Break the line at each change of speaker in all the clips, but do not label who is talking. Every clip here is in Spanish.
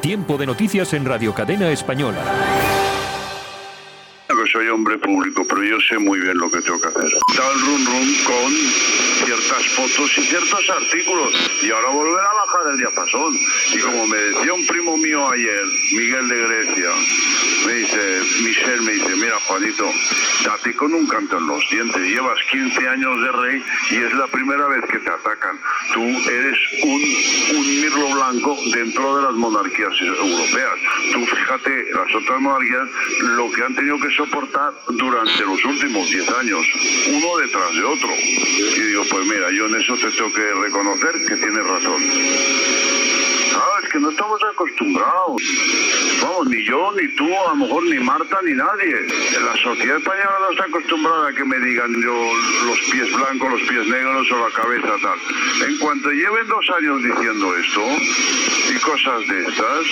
Tiempo de noticias en Radio Cadena Española.
Yo soy hombre público, pero yo sé muy bien lo que tengo que hacer. Estaba el rum rum con ciertas fotos y ciertos artículos y ahora volver a bajar el diapasón. Y como me decía un primo mío ayer, Miguel de Grecia, me dice, Michel me dice, mira Juanito, date con un canto en los dientes, llevas 15 años de rey y es la primera vez que te atacan. Tú eres un, un mirlo blanco dentro de las monarquías europeas. Tú fíjate, las otras monarquías, lo que han tenido que soportar durante los últimos 10 años, uno detrás de otro. Y digo, pues mira, yo en eso te tengo que reconocer que tienes razón. Ah, es que no estamos acostumbrados. Vamos, ni yo, ni tú, a lo mejor ni Marta, ni nadie. La sociedad española no está acostumbrada a que me digan yo los pies blancos, los pies negros o la cabeza tal. En cuanto lleven dos años diciendo esto y cosas de estas,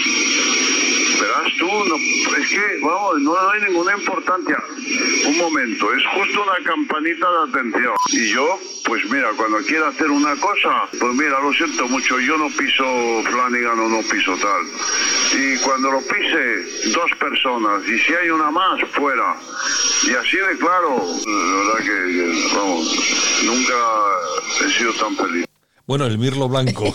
verás tú, no, es que, vamos, no le doy ninguna importancia. Un momento, es justo una campanita de atención. Y yo, pues mira, cuando quiera hacer una cosa, pues mira, lo siento mucho, yo no piso Flanagan o no piso tal. Y cuando lo pise dos personas, y si hay una más, fuera. Y así de claro, la verdad que, vamos, nunca he sido tan feliz.
Bueno, el mirlo blanco.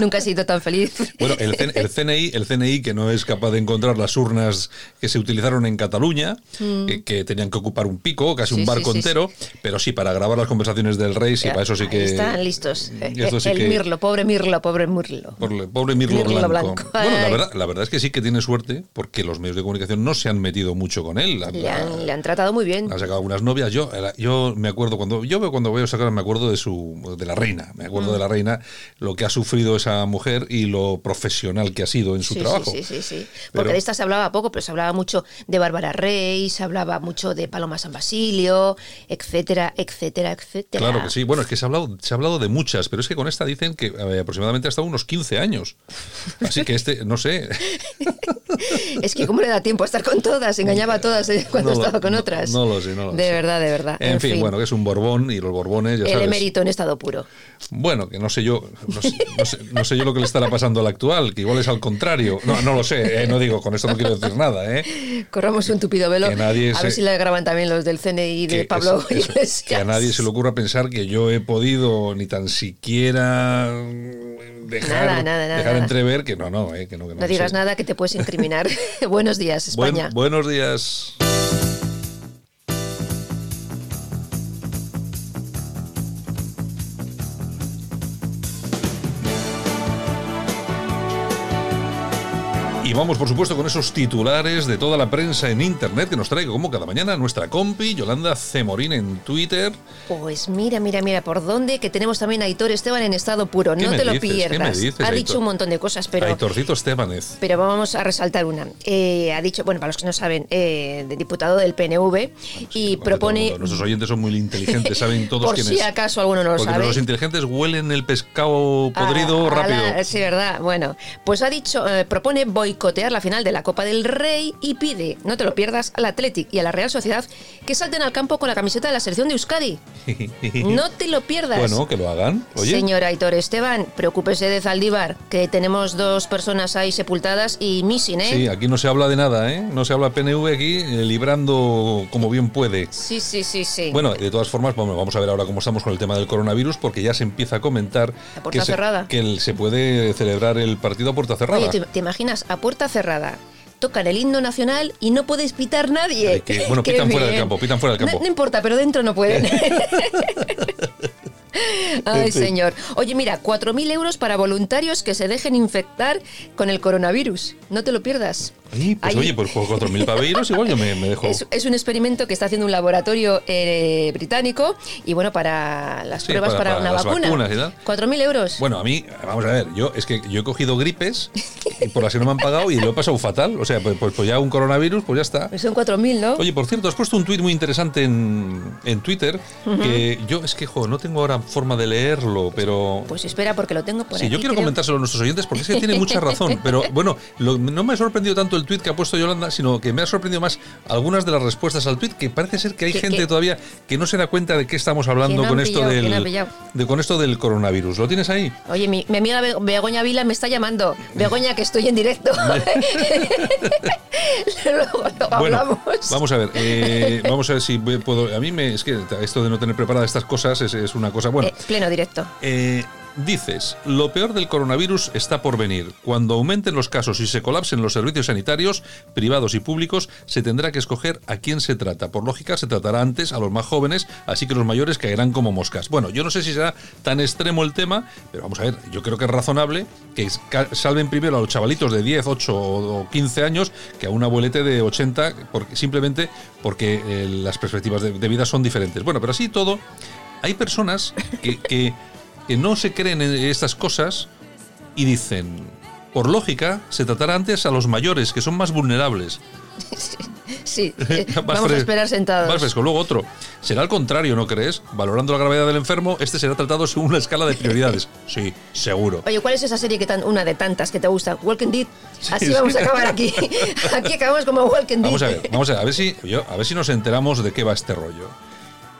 Nunca he sido tan feliz.
Bueno, eh, el, C- el CNI, el CNI que no es capaz de encontrar las urnas que se utilizaron en Cataluña, eh, que tenían que ocupar un pico, casi
Mm. Sí,
un barco
sí, sí,
entero, pero sí para grabar las conversaciones del rey, sí,
Ya,
para eso sí
ahí
que
Están listos. eh,
esto sí
el
que-
Mirlo, pobre Mirlo, pobre Mirlo.
Por el pobre Mirlo, Blanco.
Mirlo Blanco.
Bueno, la
Ay.
verdad, la verdad es que sí que tiene suerte porque los medios de comunicación no se han metido mucho con él. La-
Le
la-
han, le han tratado muy bien.
Ha sacado algunas novias. Yo, era- yo me acuerdo cuando yo veo cuando veo sacar me acuerdo de su de la reina. Me acuerdo de
Mm.
la reina lo que ha sufrido esa mujer y lo profesional que ha sido en su
Sí, sí,
trabajo.
Sí, sí, sí. Porque
Pero-
de esta se hablaba poco, pero se hablaba mucho de Bárbara Rey, se hablaba mucho de Paloma San Basilio, etcétera, etcétera, etcétera.
Claro que sí. Bueno, es que se ha hablado, se ha hablado de muchas, pero es que con esta dicen que eh, aproximadamente ha estado unos 15 años. Así que este, no sé.
Es que cómo le da tiempo a estar con todas, engañaba a todas eh, cuando
No lo-
estaba con
no-
otras.
No, lo sé, no lo
De
sé.
verdad, de verdad.
En, fin, bueno, que es un Borbón y los Borbones, ya
el
sabes.
emérito en estado puro.
Bueno, que no sé yo, no sé, no sé- no sé yo lo que le estará pasando al actual, que igual es al contrario. No, no lo sé, eh, no digo, con esto no quiero decir nada, ¿eh?
Corramos un tupido velo.
Que nadie
a
se-
ver si la graban también los del CNI de
Que
Pablo
eso- eso,
Iglesias.
que a nadie se le ocurra pensar que yo he podido ni tan siquiera mm, dejar,
Nada, nada, nada,
dejar
nada.
entrever que no, no, eh, que no, que no,
No digas
sé.
nada que te puedes incriminar. Buenos días,
Buen-
España.
buenos días. Y vamos, por supuesto, con esos titulares de toda la prensa en Internet que nos trae, como cada mañana, nuestra compi Yolanda Zemorín en Twitter.
Pues mira, mira, mira, por dónde, que tenemos también a Aitor Esteban en estado puro.
¿Qué
No
me
te lo
dices? ¿Qué me
pierdas.
dices,
ha
Aitor?
dicho un montón de cosas, pero.
Aitorcito Estebanez.
Pero vamos a resaltar una. Eh, ha dicho, bueno, para los que no saben, eh, de diputado del PNV
Bueno,
y
todo
propone.
el mundo. Nuestros oyentes son muy inteligentes, saben todos
Por
quién
si
es.
acaso alguno no lo
Porque
sabe. Ah,
los inteligentes huelen el pescado
a-
podrido
a
rápido.
la- sí, verdad. Bueno, pues ha dicho, eh, propone boicotear la final de la Copa del Rey y pide, no te lo pierdas, al Athletic y a la Real Sociedad que salten al campo con la camiseta de la selección de Euskadi. No te lo pierdas.
Bueno, que lo hagan. Oye,
Señor Aitor Esteban, preocúpese de Zaldívar, que tenemos dos personas ahí sepultadas y missing,
sí,
¿eh?
aquí no se habla de nada, ¿eh? No se habla PNV aquí, eh, librando como bien puede.
Sí, sí, sí, sí.
Bueno, de todas formas, vamos, vamos a ver ahora cómo estamos con el tema del coronavirus, porque ya se empieza a comentar
A puerta
que se,
cerrada.
que el- se puede celebrar el partido a puerta cerrada.
Oye, ¿te, te imaginas? A puerta cerrada. Tocan el himno nacional y no puedes pitar nadie.
Ay, que- bueno,
Qué
pitan fuera del
bien.
campo, pitan fuera del
No-
campo.
No, importa, pero dentro no pueden. Ay,
En fin.
señor. Oye, mira, 4.000 euros para voluntarios que se dejen infectar con el coronavirus. No te lo pierdas.
Ay, pues,
Ahí-
oye, pues por 4.000 paveiros igual yo me, me dejo...
Es, es un experimento que está haciendo un laboratorio eh, británico y bueno, para las
Sí,
pruebas
para-
para,
para
una
las
vacuna.
vacunas y tal.
4.000 euros.
Bueno, a mí, vamos a ver, yo es que yo he cogido gripes y por así no me han pagado y lo he pasado fatal. O sea, pues, pues- pues ya un coronavirus, pues ya está.
Son 4.000, ¿no?
Oye, por cierto, has puesto un tuit muy interesante en, en Twitter que yo es que, jo, no tengo ahora forma de leerlo, pero...
Pues espera, porque lo tengo por
Sí,
aquí,
yo quiero
creo.
comentárselo a nuestros oyentes porque es que tiene mucha razón. Pero bueno, lo- no me ha sorprendido tanto el tuit que ha puesto Yolanda, sino que me ha sorprendido más algunas de las respuestas al tuit, que parece ser que hay
Que-
gente
que-
todavía que no se da cuenta de qué estamos hablando
¿Quién
con
han
esto
pillado? ¿Quién han
del
pillado?
de- con esto del coronavirus. ¿Lo tienes ahí?
Oye, mi, mi amiga Be- Begoña Vila me está llamando. Begoña, que estoy en directo. Luego lo hablamos.
vamos a ver, eh, vamos a ver si voy- puedo. A mí me es que esto de no tener preparadas estas cosas es, es una cosa buena.
Eh, pleno directo.
Eh, dices, lo peor del coronavirus está por venir. Cuando aumenten los casos y se colapsen los servicios sanitarios, privados y públicos, se tendrá que escoger a quién se trata. Por lógica, se tratará antes a los más jóvenes, así que los mayores caerán como moscas. Bueno, yo no sé si será tan extremo el tema, pero vamos a ver, yo creo que es razonable que es- ca- salven primero a los chavalitos de 10, 8 o o 15 años que a un abuelete de 80, porque, simplemente porque eh, las perspectivas de- de vida son diferentes. Bueno, pero así y todo, hay personas que, que- que no se creen en estas cosas y dicen, por lógica, se tratará antes a los mayores, que son más vulnerables.
Sí, eh,
Más
vamos a
fres-
esperar sentados.
Más fresco. Luego otro. Será al contrario, ¿no crees? Valorando la gravedad del enfermo, este será tratado según la escala de prioridades. Sí, seguro.
Oye, ¿cuál es esa serie que tan, una de tantas que te gusta? Walking Dead. Así
sí.
vamos a acabar aquí. Aquí acabamos como Walking Dead.
Vamos a ver, vamos a ver, a ver si, yo- a ver si nos enteramos de qué va este rollo.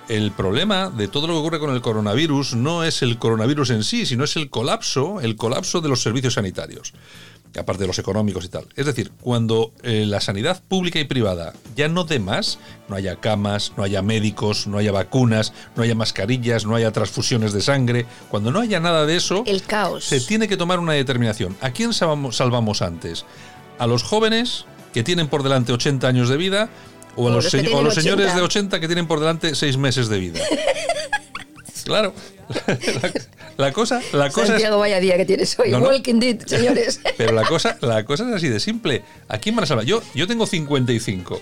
El problema de todo lo que ocurre con el coronavirus no es el coronavirus en sí, sino es el colapso, el colapso de los servicios sanitarios, aparte de los económicos y tal. Es decir, cuando eh, la sanidad pública y privada ya no dé más, no haya camas, no haya médicos, no haya vacunas, no haya mascarillas, no haya transfusiones de sangre, cuando no haya nada de eso,
El caos.
se tiene que tomar una determinación. ¿A quién salvamo- salvamos antes? ¿A los jóvenes que tienen por delante 80 años de vida? ¿O a
O
los,
los que
señ- o a
tienen
los señores
80?
de 80 que tienen por delante 6 meses de vida? claro. La, la cosa, la cosa es,
Santiago, vaya día que tienes hoy.
No, no.
Walking Dead, señores.
pero la cosa, la cosa es así de simple. ¿A quién van a salvar? Yo, yo tengo 55.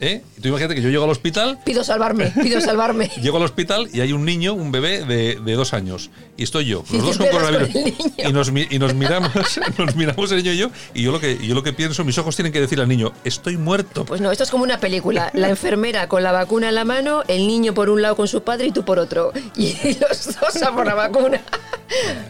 ¿eh? Tú imagínate que yo llego al hospital
Pido salvarme, pido salvarme.
Llego al hospital y hay un niño, un bebé de, de dos años. Y estoy yo,
Y
los dos
te
con
pegas con
coronavirus.
el niño.
Y nos, mi- y nos miramos, nos miramos el niño y yo, y yo lo que yo lo que pienso, mis ojos tienen que decir al niño, estoy muerto.
Pues no, esto es como una película. La enfermera con la vacuna en la mano, el niño por un lado con su padre y tú por otro. Y los dos a por la vacuna.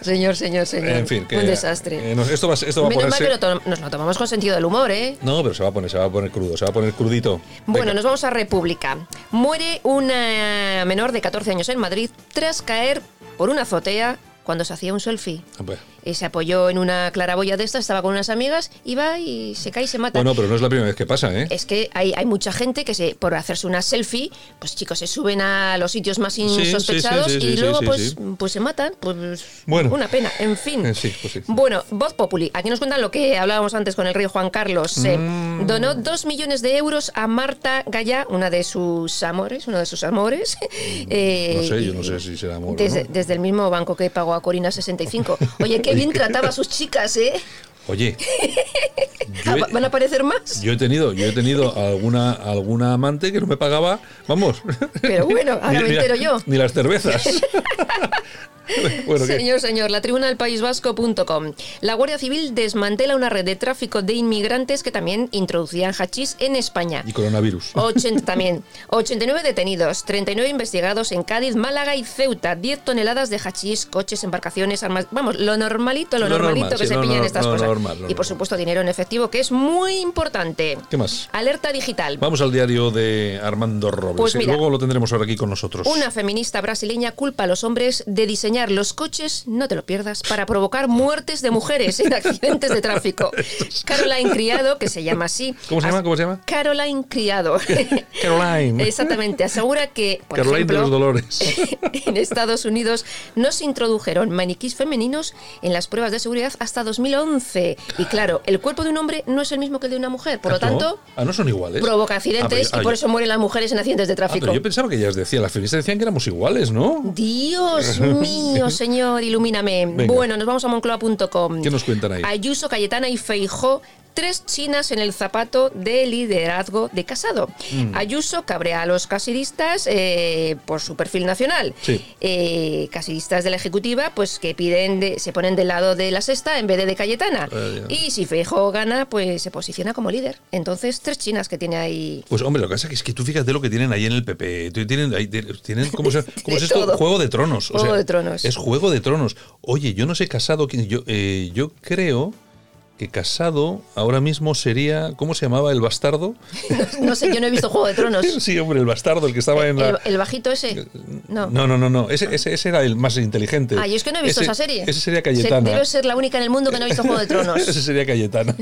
Señor, señor, señor.
En fin, que,
un desastre.
eh, no, esto va, esto va a
Menos mal
ponerse.
que lo to- nos lo tomamos con sentido del humor, ¿eh?
No, pero se va a poner, se va a poner crudo, se va a poner crudito.
Bueno,
Venga.
nos vamos a República. Muere una menor de 14 años en Madrid tras caer por una azotea cuando se hacía un selfie.
A ver.
Eh, se apoyó en una claraboya de esta, estaba con unas amigas y va y se cae y se mata.
Bueno, pero no es la primera vez que pasa, ¿eh?
Es que hay, hay mucha gente que se, por hacerse una selfie, pues chicos, se suben a los sitios más
sí,
insospechados
sí, sí,
y
sí,
luego
sí,
pues,
sí.
pues se matan. Pues
Bueno.
una pena, en fin.
Eh, sí, pues sí.
Bueno, Voz Populi, aquí nos cuentan lo que hablábamos antes con el rey Juan Carlos. eh,
Mm.
donó dos millones de euros a Marta Gallá, una de sus amores, uno de sus amores.
Mm,
eh,
No sé, yo
y-
no sé si será amor o
Desde,
no.
desde el mismo banco que pagó a Corina 65. Oye, qué bien trataba a sus chicas, ¿eh?
Oye. yo
Ah,
he-
¿va- ¿Van a aparecer más?
Yo he tenido, yo he tenido alguna, alguna amante que no me pagaba, vamos.
Pero bueno, ahora me
la-
entero yo.
Ni las cervezas. bueno, ¿qué?
Señor, señor, la tribuna del País Vasco.com. La Guardia Civil desmantela una red de tráfico de inmigrantes que también introducían hachís en España.
Y coronavirus.
80 también. 89 detenidos, 39 investigados en Cádiz, Málaga y Ceuta. 10 toneladas de hachís, coches, embarcaciones, armas. Vamos, lo normalito, lo,
Lo normal,
normalito que
sí,
se
lo
pillan
nor-
estas
lo
cosas.
normal, lo
y por
normal.
supuesto, dinero en efectivo, que es muy importante.
¿Qué más?
Alerta digital.
Vamos al diario de Armando Robles.
Pues
¿eh?
mira.
Luego lo tendremos ahora aquí con nosotros.
Una feminista brasileña culpa a los hombres de diseñar los coches, no te lo pierdas, para provocar muertes de mujeres en accidentes de tráfico. Caroline Criado, que se llama así.
¿Cómo se llama?
as-
¿Cómo se llama?
Caroline Criado.
Caroline.
Exactamente, asegura que, por
Caroline de
ejemplo, Eh,
los Dolores.
en Estados Unidos no se introdujeron maniquís femeninos en las pruebas de seguridad hasta 2011. Y claro, el cuerpo de un hombre no es el mismo que el de una mujer, por lo
Ah, ¿no?
tanto,
Ah, no son iguales.
provoca
Ah,
accidentes
pero- ah,
y por
yo-
eso mueren las mujeres en accidentes de
ah,
tráfico.
pero yo pensaba que ellas decían, las feministas decían que éramos iguales, ¿no?
Dios mío, señor, ilumíname.
Venga.
Bueno, nos vamos a moncloa.com.
¿Qué nos cuentan ahí?
Ayuso, Cayetana y Feijó tres chinas en el zapato de liderazgo de Casado.
Mm.
Ayuso cabrea a los casidistas eh, por su perfil nacional.
Sí.
Eh, casidistas de la Ejecutiva, pues que piden, de- se ponen del lado de la sexta en vez de de Cayetana.
Eh, ya.
y si Feijóo gana, pues se posiciona como líder. Entonces, tres chinas que tiene ahí.
Pues hombre, lo que pasa es que tú fíjate lo que tienen ahí en el PP. Tú- Tienen, ahí- tienen ¿cómo, se- cómo es
De
esto?
todo.
Juego de tronos. O
Juego
sea,
de tronos.
Es juego de tronos. Oye, yo no sé Casado. quién- Yo, eh, yo creo que Casado ahora mismo sería. ¿Cómo se llamaba el bastardo?
No sé, yo no he visto Juego de Tronos.
Sí, hombre, el bastardo, el que estaba en
El,
la. Eh,
el bajito ese. No.
no, no, no. no. Ese, ese- ese era el más inteligente.
Ah, yo es que no he visto
Este, Ese-
esa serie.
Ese sería
Se-
Cayetana.
Debe ser la única en el mundo que no ha visto Juego de
ese
Tronos.
sería Cayetana.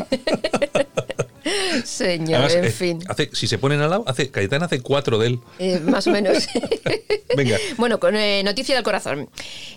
Señor,
Además, eh,
en fin.
hace- si se ponen al lado, hace, Cayetana hace cuatro de él.
Eh, más o menos.
Venga.
Bueno, con eh, noticia del corazón.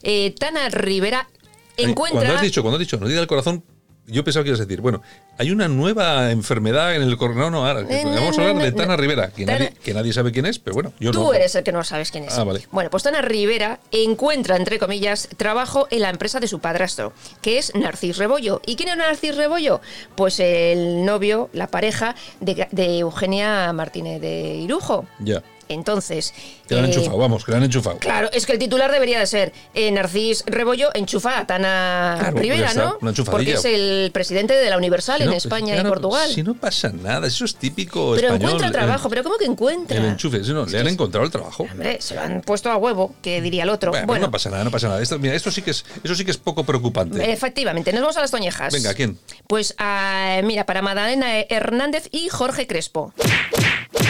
Eh, Tana Rivera
Cuando
encuentra.
has dicho, cuando has dicho, no diga el corazón, yo pensaba que ibas a decir, bueno, hay una nueva enfermedad en el corazón. No, no, ahora,
Eh, no,
vamos
no,
a hablar
no,
de
no.
Tana Rivera, que,
Tana-
Nadie, que nadie sabe quién es, pero bueno, yo
Tú
no.
eres el que no sabes quién es.
Ah, vale.
Bueno, pues Tana Rivera encuentra, entre comillas, trabajo en la empresa de su padrastro, que es Narcis Rebollo. ¿Y quién es Narcis Rebollo? Pues el novio, la pareja de, de Eugenia Martínez de Irujo.
Ya,
Entonces.
que la han
eh,
enchufado, vamos, que la han enchufado.
Claro, es que el titular debería de ser eh, Narcís Rebollo enchufa a Tana
Claro, ya
Rivera,
Ah, pues está,
¿no?
una
Porque
enchufadilla.
es el presidente de la Universal
Si
en
no, pues,
España y
claro,
Portugal.
Si no pasa nada, eso es típico
pero
español.
encuentra
el-
trabajo, pero ¿cómo que encuentra?
El, enchufe, si no, le han encontrado el trabajo.
Hombre, se lo han puesto a huevo, que diría el otro.
Bueno, pues
Bueno,
no pasa nada, no pasa nada. Esto, mira, esto sí que es, eso sí que es poco preocupante.
Efectivamente, nos vamos a las toñejas.
Venga, ¿quién?
Pues ah, mira, para Madalena Hernández y Jorge Crespo.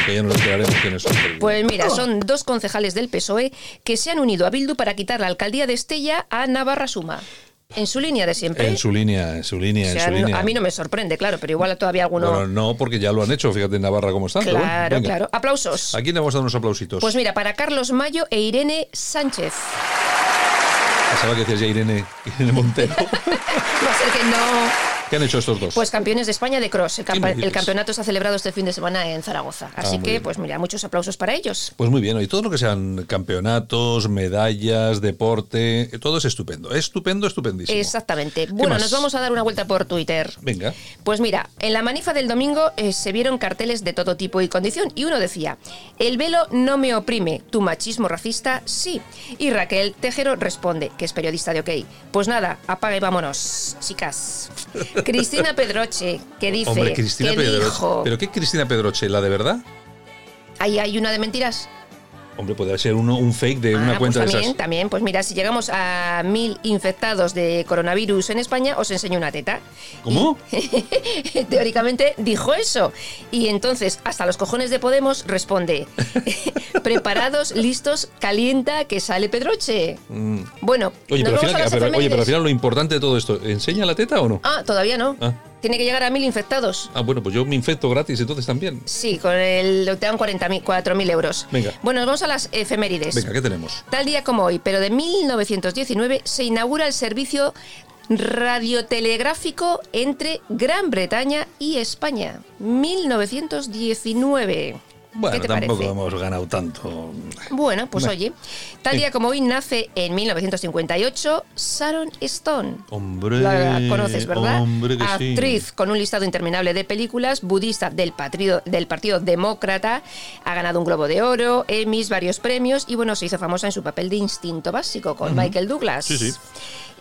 que ya nos enteraremos quiénes son. pero-
Pues mira, son dos concejales del PSOE E que se han unido a Bildu para quitar la alcaldía de Estella a Navarra Suma. En su línea de siempre.
en su línea, en su línea,
O
en
sea,
su
no-
línea.
a mí no me sorprende, claro, pero igual todavía alguno.
Bueno, no, porque ya lo han hecho, fíjate en Navarra cómo están. pero bueno,
claro,
venga.
claro. Aplausos.
Aquí le vamos a dar unos aplausitos.
Pues mira, para Carlos Mayo e Irene Sánchez.
Pensaba que decías ya Irene, Irene Montero.
Va a ser que no.
¿Qué han hecho estos dos?
Pues campeones de España de cross. El,
¿Qué me
campa-
dices? Ah,
el campeonato se ha celebrado este fin de semana en Zaragoza. Así
muy
que,
bien.
pues mira, muchos aplausos para ellos.
Pues muy bien, y todo lo que sean campeonatos, medallas, deporte, todo es estupendo. Estupendo, estupendísimo.
Exactamente.
¿Qué
Bueno,
más?
nos vamos a dar una vuelta por Twitter.
Venga.
Pues mira, en la manifa del domingo eh, se vieron carteles de todo tipo y condición y uno decía, el velo no me oprime, tu machismo racista sí. Y Raquel Tejero responde, que es periodista de OK, pues nada, apaga y vámonos, chicas. Cristina Pedroche, que dice,
Hombre, Cristina
que
Pedroche.
dijo,
¿Pero qué Cristina Pedroche? ¿La de verdad?
ahí hay una de mentiras.
Hombre, podría ser uno, un fake de Eh,
Ah,
una
pues
cuenta
también,
de esas.
también, pues mira, si llegamos a mil infectados de coronavirus en España, os enseño una teta.
¿Cómo?
Teóricamente dijo eso. Y entonces, hasta los cojones de Podemos responde: Preparados, listos, calienta, que sale Pedroche. Bueno,
Mm. Oye, pero, al
nos vamos
final,
a
pero-
las
oye, pero al
efemérides.
final lo importante de todo esto, ¿enseña la teta o no?
Ah, todavía no.
Ah.
Tiene que llegar a mil infectados.
Ah, bueno, pues yo me infecto gratis entonces también.
Sí, con el. Te dan 40.000, 4.000 euros.
Venga.
Bueno, nos vamos a las efemérides.
Venga, ¿qué tenemos?
Tal día como hoy, pero de 1919, se inaugura el servicio radiotelegráfico entre Gran Bretaña y España. 1919.
Bueno,
¿Qué te
tampoco
parece?
hemos ganado tanto.
Bueno, pues
Bueno.
oye, tal día como hoy nace en 1958 Sharon Stone.
Hombre,
La conoces, ¿verdad?
Hombre, que sí.
Actriz con un listado interminable de películas, budista del partido, del partido Demócrata, ha ganado un Globo de Oro, Emmys, varios premios y bueno, se hizo famosa en su papel de Instinto Básico con Michael Douglas.
Sí, sí.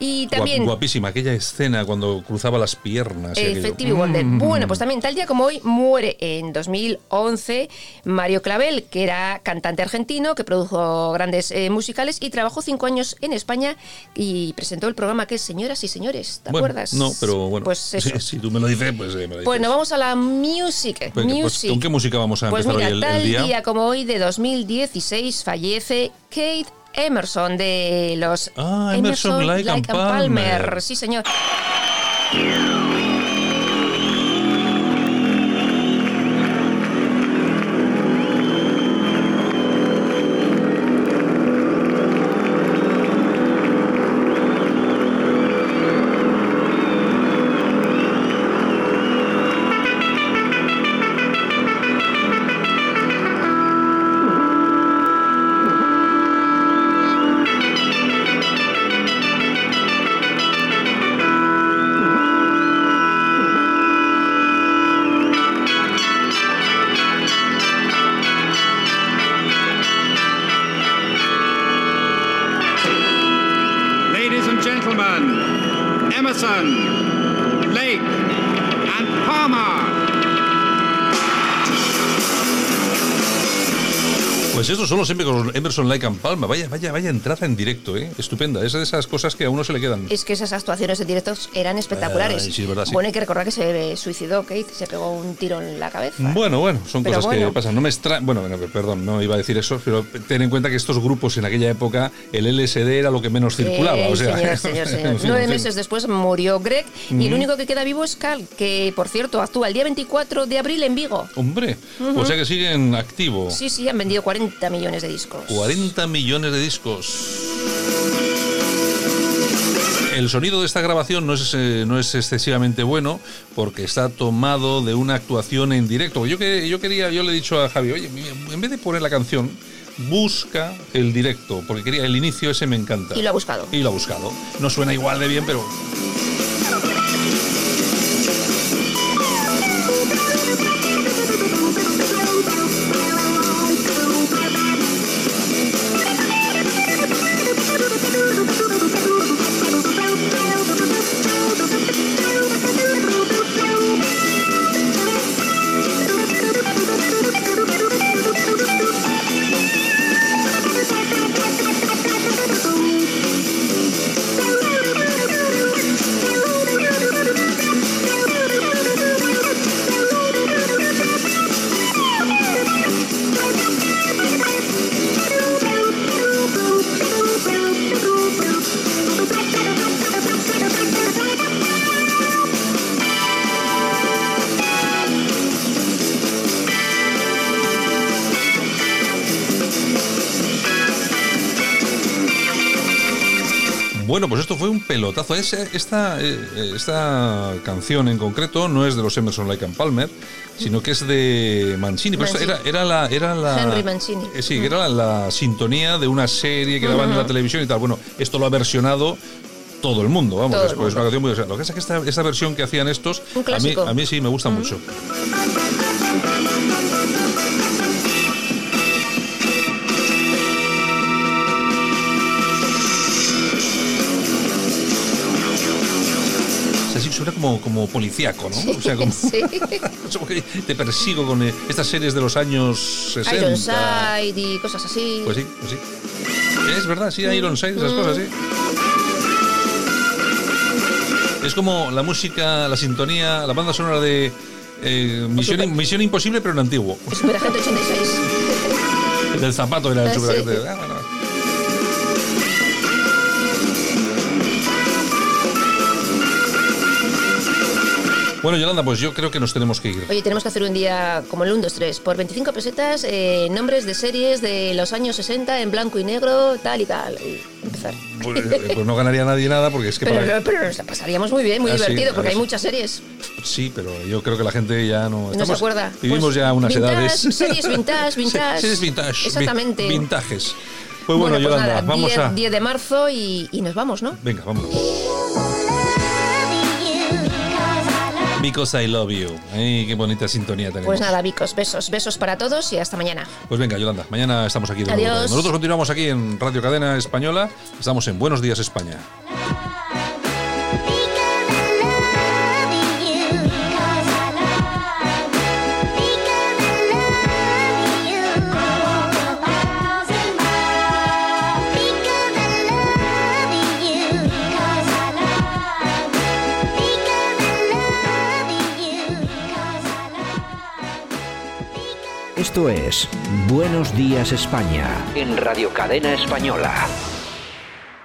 Y
Guap-
también...
Guapísima aquella escena cuando cruzaba las piernas. y aquello.
Effective Wonder.
Mm.
Bueno, pues también tal día como hoy muere en 2011 Mario Clavel, que era cantante argentino, que produjo grandes eh, musicales y trabajó cinco años en España y presentó el programa que es Señoras y Señores, ¿te
Bueno,
acuerdas?
No, pero bueno.
Pues eso.
Si, si tú me lo dices, pues eh, me lo dices.
Bueno, vamos a la music.
Venga, pues,
music.
¿Con qué música vamos a
Pues
empezar
mira,
hoy el- el,
tal
día?
como hoy de 2016 fallece Kate Emerson de los
Ah, Emerson, Lake and Palmer.
Sí, señor.
Thank Wilson, Blake, and Palmer.
Pues esos son los Emerson Lake and Palma. Vaya, vaya, vaya entrada en directo, ¿eh? Estupenda. Es de esas cosas que a uno se le quedan.
Es que esas actuaciones en directos eran espectaculares.
Ay, Eh, sí, es verdad, sí.
Bueno, hay que recordar que se eh, suicidó Kate, se pegó un tiro en la cabeza.
Bueno, bueno, son
Pero
cosas
bueno.
que pasan. No me extra... Bueno, bueno, perdón, no iba a decir eso, pero ten en cuenta que estos grupos en aquella época, el LSD era lo que menos circulaba.
Eh,
o sea,
señor, señor, señor.
en fin,
Nueve
en fin.
meses después murió Greg y el único que queda vivo es Carl, que por cierto actúa el día 24 de abril en Vigo.
Hombre, o sea que siguen activo.
Sí, sí, han vendido 40 millones de discos.
40 millones de discos. El sonido de esta grabación no es, eh, no es excesivamente bueno porque está tomado de una actuación en directo. Yo, que, yo quería, yo le he dicho a Javi, oye, en vez de poner la canción, busca el directo, porque quería el inicio ese me encanta.
Y lo ha buscado.
Y lo ha buscado. No suena igual de bien, pero Bueno, pues esto fue un pelotazo. Ese- esta, eh, eh, esta canción en concreto no es de los Emerson Lake and Palmer, sino que es de Mancini. Pero
Mancini.
esto era, era la, era la-
Henry Mancini.
Eh, sí, que era la, la sintonía de una serie que daban en la televisión y tal. Bueno, esto lo ha versionado todo el mundo, vamos,
Todo el
es, pues, una canción muy versionada. Lo que pasa es que esta, esta versión que hacían estos, a
Un
mí,
clásico.
a mí sí me gusta mucho. O sea, sí, suena como, como policíaco, ¿no? o sea, como,
Sí.
es como que te persigo con eh, estas series de los años 60.
Ironside y cosas así.
Pues sí, pues sí. Es verdad, sí, Ironside, esas cosas, sí. Es como la música, la sintonía, la banda sonora de eh, Misión, Misión Imposible, pero en antiguo.
Superagente 86.
Del zapato era el
Ah, sí.
superagente. Ah, bueno. Bueno, Yolanda, pues yo creo que nos tenemos que ir.
Oye, tenemos que hacer un día como el 1, 2, 3, por 25 pesetas, eh, nombres de series de los años 60 en blanco y negro, tal y tal. Y empezar.
Pues, eh, pues no ganaría nadie nada porque es que
Pero,
para-
no- pero nos la pasaríamos muy bien, muy
Ah, sí, Pues
divertido, porque
ahora
hay
sí.
muchas series.
Sí, pero yo creo que la gente ya no.
No se acuerda.
Vivimos
Pues,
ya unas
vintage,
edades.
series vintage, vintage.
Sí, Series vintage.
Exactamente.
vi- Vintages. Pues bueno,
pues
Yolanda,
nada,
vamos
10,
a.
10 de marzo y, y nos vamos, ¿no?
Venga, vamos. Because I love you. Ay, qué bonita sintonía tenemos.
Pues nada, Vicos, besos, besos para todos y hasta mañana.
Pues venga, Yolanda, mañana estamos aquí de nuevo.
Adiós.
Nosotros continuamos aquí en Radio Cadena Española. Estamos en Buenos Días España.
Esto es Buenos Días España en Radio Cadena Española.